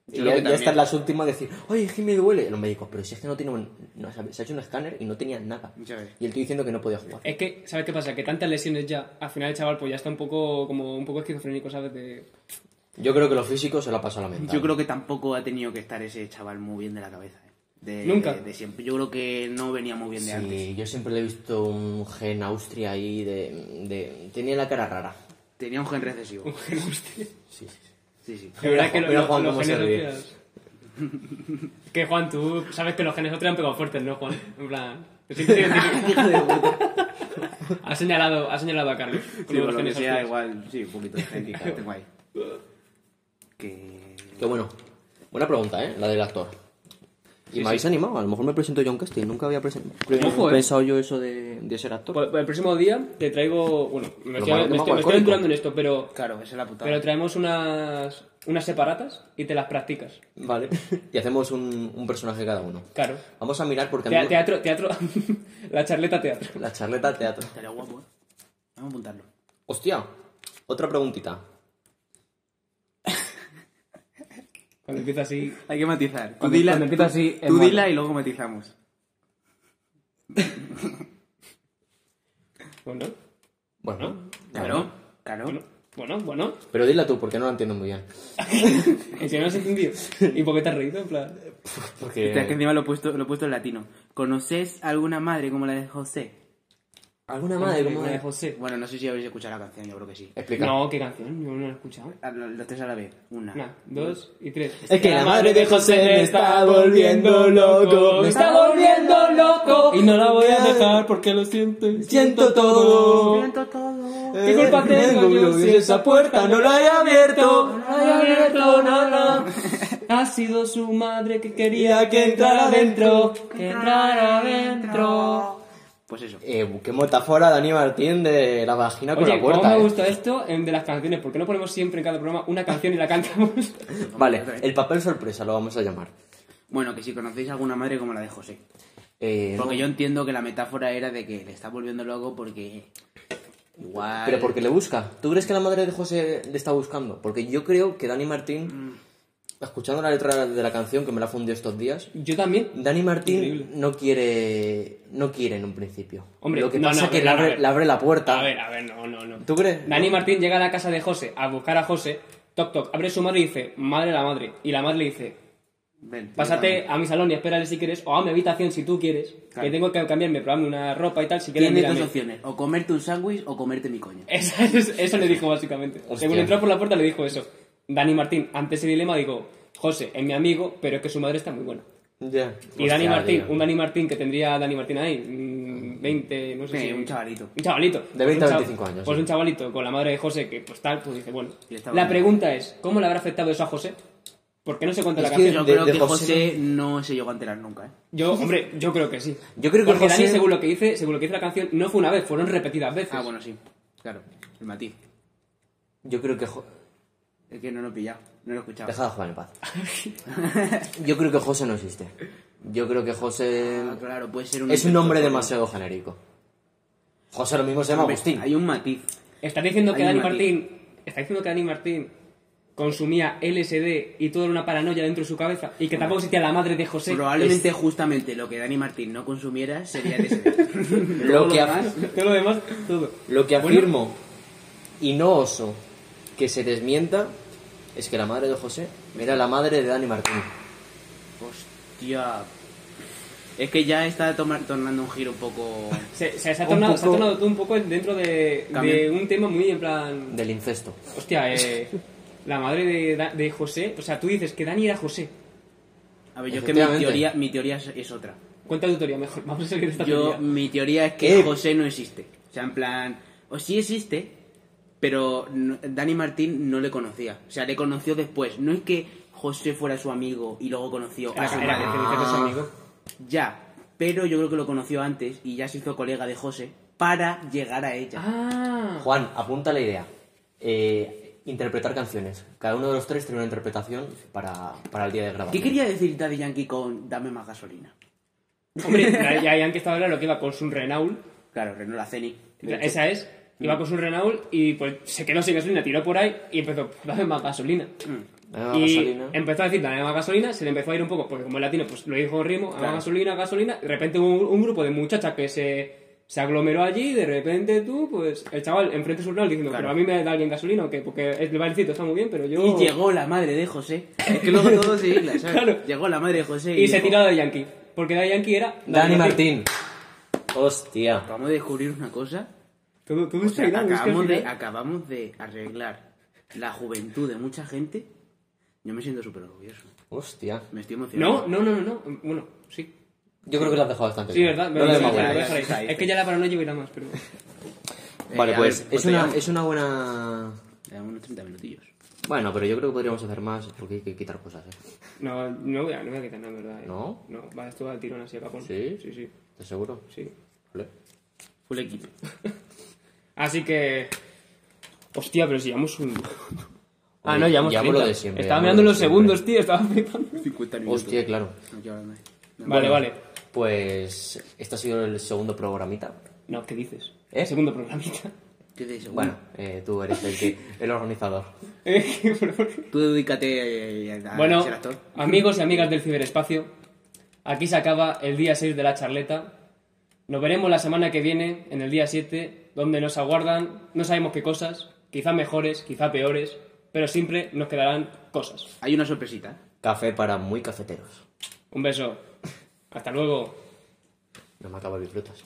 S2: Yo
S3: y
S2: creo que
S3: ya, ya está
S2: también.
S3: en las últimas de decir, oye, es que me duele. Los médicos, pero si es que no tiene un- no, se ha- se ha hecho un escáner y no tenía nada.
S2: Ya ves.
S3: Y el tío diciendo que no podía
S2: Eh,
S3: jugar.
S1: Es que, ¿sabes qué pasa? Que tantas lesiones ya, al final el chaval pues ya está un poco como un poco esquizofrénico, ¿sabes? De...
S3: Yo creo que lo físico se lo ha pasado a la mental.
S2: Yo creo que tampoco ha tenido que estar ese chaval muy bien de la cabeza. ¿eh? De-
S1: Nunca.
S2: De, de siempre. Yo creo que no venía muy bien de antes.
S3: Sí, yo siempre le he visto un gen Austria ahí de, de- Tenía la cara rara.
S2: Tenía un gen recesivo.
S1: Hostia.
S3: Sí, sí, sí.
S2: Sí, sí.
S1: De verdad que
S3: Mira,
S1: lo-
S3: Juan,
S1: lo-
S3: cómo
S1: los
S3: se
S1: genes
S3: ríe.
S1: hostias. Que Juan, tú sabes que los genes otros han pegado fuertes, ¿no, Juan? En plan. te sientes identificado. ha, señalado, ha señalado a Carlos. con
S2: Sí,
S1: los
S2: por lo que
S1: genes
S2: sea,
S1: hostias.
S2: igual, sí, un poquito de genética tengo ahí. Que...
S3: Qué bueno. Buena pregunta, ¿eh? La del actor. Y me habéis animado. A lo mejor me presento yo a un casting. Nunca había presen- pre-
S1: Ojo, ¿eh?
S3: pensado yo eso de, de ser actor.
S1: Por- por Pues, el próximo día te traigo. Bueno, me
S3: Lo
S1: estoy,
S3: malo
S1: me
S3: que
S1: estoy- me
S3: me hago
S1: estoy
S3: alcohólico.
S1: entrando en esto, pero,
S2: Claro, esa es la putada.
S1: pero traemos unas, unas separatas y te las practicas.
S3: Vale. y hacemos un, un personaje cada uno.
S1: Claro.
S3: Vamos a mirar porque... a
S1: Tea-
S3: mí-
S1: Teatro, teatro. la charleta teatro.
S3: La charleta al teatro.
S2: Estaría guapo, ¿eh? Vamos a apuntarlo.
S3: Hostia. Otra preguntita.
S1: Cuando empieza así.
S2: Hay que matizar. Tú
S1: Cuando-
S2: dila,
S1: cuando empieza así,
S2: tú
S1: es
S2: dila
S1: malo.
S2: y luego matizamos.
S1: Bueno,
S3: Bueno.
S2: Claro, claro.
S1: bueno, bueno, bueno.
S3: Pero dila tú porque no la entiendo muy bien.
S1: Y si no has entendido. ¿Y por qué te has reído? En plan.
S3: Porque...
S1: Eh.
S2: Espera, que encima lo he puesto, lo he puesto en latino. ¿Conoces alguna madre como la de José?
S3: ¿Alguna madre? ¿Cómo
S1: La de
S3: es?
S1: José. Eh.
S2: Bueno, no sé si habéis escuchado la canción, yo creo que sí.
S3: Explica.
S1: No, qué canción, yo no la he escuchado.
S2: Ah, lo- Los tres a la vez. Una.
S1: Una, dos y tres.
S3: Es que la madre de José me está volviendo loco.
S1: Me está volviendo loco. Y no la voy a dejar porque lo siento. y
S3: Siento todo.
S2: Siento todo.
S3: Eh,
S1: ¿Qué culpa tengo yo si esa puerta no la he abierto? No la he abierto, no, no. Ha sido su madre que quería que entrara adentro. Que entrara adentro.
S2: Pues eso.
S3: Eh, qué metáfora Dani Martín de la vagina con
S1: Oye,
S3: la
S1: ¿cómo
S3: puerta.
S1: me
S3: eh.
S1: gusta esto em, de las canciones? ¿Por qué no ponemos siempre en cada programa una canción y la cantamos?
S3: Vale, el papel sorpresa lo vamos a llamar.
S2: Bueno, que si conocéis alguna madre como la de José.
S3: Eh,
S2: Porque
S3: no,
S2: yo entiendo que la metáfora era de que le está volviendo loco porque. Igual.
S3: Pero porque le busca. ¿Tú crees que la madre de José le está buscando? Porque yo creo que Dani Martín, escuchando la letra de la canción que me la fundió estos días,
S1: Yo también.
S3: Dani Martín
S1: Increíble.
S3: no quiere no quiere en un principio.
S1: Hombre,
S3: lo que
S1: no,
S3: pasa
S1: no,
S3: es que
S1: pero
S3: le
S1: a
S3: abre,
S1: ver.
S3: le abre la puerta.
S1: A ver, a ver, no, no, no.
S3: ¿Tú crees?
S1: Dani Martín llega a la casa de José a buscar a José. Toc, toc. Abre su madre y dice, madre la madre. Y la madre le dice,
S2: Ven, tú
S1: pásate
S2: también.
S1: a mi salón y espérale si quieres. O a mi habitación si tú quieres.
S2: Claro.
S1: Que tengo que cambiarme, probarme una ropa y tal. Si quieres,
S2: Tienes
S1: mírame.
S2: dos opciones: o comerte un sándwich o comerte mi coño.
S1: Eso, eso- eso le dijo básicamente.
S3: Hostia.
S1: Según entró por la puerta le dijo eso. Dani Martín, ante ese dilema, digo, José, es mi amigo, pero es que su madre está muy buena.
S3: Ya.
S1: y Dani
S3: Hostia,
S1: Martín,
S3: tío.
S1: un Dani Martín que tendría Dani Martín ahí, mm, 20, no sé
S2: Sí,
S1: si...
S2: un chavalito.
S1: Un chavalito.
S3: De 20 a
S1: un chava-
S3: 25 años,
S1: Pues
S3: sí.
S1: un chavalito con la madre de José que pues tal, pues dice, bueno.
S2: Y está
S1: La
S2: bueno.
S1: pregunta es, ¿cómo le habrá afectado eso a José? Porque no se cuenta
S3: Es
S1: la
S3: que
S1: canción.
S2: Yo
S3: de-
S2: creo
S3: de
S2: que
S3: José-
S2: José no se llegó a enterar nunca, ¿eh?
S1: Yo, hombre, yo creo que sí.
S3: Yo creo que
S1: Porque
S3: José-
S1: Dani, según lo que dice, según lo que dice la canción, no fue una vez, fueron repetidas veces.
S2: Ah, bueno, sí. Claro, el matiz.
S3: Yo creo que Jo-
S2: Es que no lo he pillado, no lo he escuchado.
S3: Dejad a Juan en paz. Yo creo que José no existe. Yo creo que José
S2: Ah, claro, puede ser un.
S3: es un nombre demasiado genérico. José lo mismo se llama
S2: Hombre,
S3: Agustín.
S2: Hay un matiz.
S1: ¿Estás diciendo que
S2: Hay un
S1: Dani Martín... ¿Estás diciendo que Dani Martín consumía LSD y todo era una paranoia dentro de su cabeza? Y que tampoco existía la madre de José.
S2: Probablemente justamente lo que Dani Martín no consumiera sería el SD.
S3: Lo que, af-
S1: Todo lo demás, todo.
S3: lo que
S1: Bueno.
S3: afirmo y no oso que se desmienta es que la madre de José era la madre de Dani Martín.
S2: Hostia. Es que ya está toma- tornando un giro un poco.
S1: Se, se- se ha
S3: Un
S1: tornado, se ha
S3: poco-
S1: tornado todo un poco en- dentro de,
S2: Cambio.
S1: de un tema muy en plan.
S3: Del incesto.
S1: Hostia, eh, la madre de, Da- de José. O sea, tú dices que Dani era José.
S2: A ver, yo es que mi
S3: Efectivamente.
S2: teoría, mi teoría es, es otra.
S1: Cuenta tu teoría mejor. Vamos a salir de esta
S2: Yo,
S1: teoría. Eh.
S2: mi teoría es que
S3: ¿Qué?
S2: José no existe. O sea, en plan, o sí existe, pero no- Dani Martín no le conocía. O sea, le conoció después. No es que José fuera su amigo y luego conoció a
S1: Era,
S2: su
S1: era que
S2: madre.
S1: te dices eso, amigo.
S2: Ya, pero yo creo que lo conoció antes y ya se hizo colega de José para llegar a ella.
S1: Ah,
S3: Juan, apunta la idea. Eh, interpretar canciones. Cada uno de los tres tiene una interpretación para, para el día de grabación.
S2: ¿Qué quería decir Daddy Yankee con Dame más gasolina?
S1: Hombre, ya, ya hayan que estaba claro que iba con su Renault.
S2: Claro, Renault Aceni. De hecho,
S1: Esa es. Iba con su Renault y pues se quedó sin gasolina, tiró por ahí y empezó, dame más gasolina.
S2: Mm.
S3: Dame más
S1: y
S3: gasolina.
S1: empezó a decir, dame más gasolina, se le empezó a ir un poco, porque como es latino, pues lo dijo en ritmo, dame más gasolina, gasolina. De repente hubo un, un grupo de muchachas que se, se aglomeró allí y de repente tú, pues el chaval enfrente de su Renault diciendo,
S2: Claro.
S1: pero a mí me da alguien gasolina o qué, porque el balecito está muy bien, pero yo...
S2: Y llegó la madre de José. Oh. Es que luego todo se hila, ¿sabes?
S1: Claro.
S2: Llegó la madre de José.
S1: Y se
S2: dijo,
S1: tiró de Yankee, porque de Yankee era...
S3: Dani Martín. Hostia.
S2: Acabamos de descubrir una cosa.
S1: Todo, todo
S2: O
S1: está
S2: sea,
S1: hilado, es que al
S2: acabamos, de,
S1: final-
S2: acabamos de arreglar la juventud de mucha gente. Yo me siento súper orgulloso.
S3: Hostia.
S2: Me estoy
S1: No,
S2: emocionando.
S1: no, no, no, no. Bueno, sí.
S3: Yo creo que lo has dejado bastante.
S1: Sí,
S3: bien.
S1: verdad.
S3: Pues No
S1: verdad,
S3: le
S1: sí, sí,
S3: demos
S2: buena,
S1: lo
S3: vueltas.
S1: dejo
S2: ya
S1: ahí.
S2: está, ahí
S1: Es que
S2: está.
S1: ya la paranoia irá más, pero.
S3: Vale,
S2: Eh, a
S3: pues
S2: ver,
S3: es
S2: ¿cuánto
S3: una,
S2: llevamos?
S3: es una buena.
S2: Le damos unos 30 minutillos.
S3: Bueno, pero yo creo que podríamos hacer más porque hay que quitar cosas, ¿eh?
S1: No, no voy a, no voy a quitar nada, ¿verdad? eh.
S3: ¿No?
S1: No, vas tú al tirón así a capón.
S3: ¿Sí?
S1: Sí, sí,
S3: ¿Estás seguro?
S1: sí.
S3: Vale.
S2: Full equipo.
S1: Así que. Hostia, pero si llevamos un. Ah, no, llevamos
S3: llevamos lo
S1: 30.
S3: de siempre,
S1: Estaba
S3: llevamos
S1: mirando
S3: lo de
S1: los segundos,
S3: siempre.
S1: tío, estaba flipando.
S2: 50 minutos.
S3: Hostia, claro.
S2: No, yo ahora no. No.
S1: Vale, vale.
S3: Pues este ha sido el segundo programita.
S1: No, ¿qué dices?
S3: ¿Eh?
S1: Segundo programita.
S2: ¿Qué dices?
S3: Bueno, eh, tú eres el, que- el organizador.
S1: Eh, que por favor.
S2: Tú dedícate eh, a,
S1: Bueno,
S2: ser actor.
S1: amigos y amigas del ciberespacio, aquí se acaba el día 6 de la charleta. Nos veremos la semana que viene, en el día 7, donde nos aguardan no sabemos qué cosas, quizá mejores, quizá peores, pero siempre nos quedarán cosas.
S2: Hay una sorpresita.
S3: Café para muy cafeteros.
S1: Un beso. Hasta luego.
S3: No me acabo de frutas.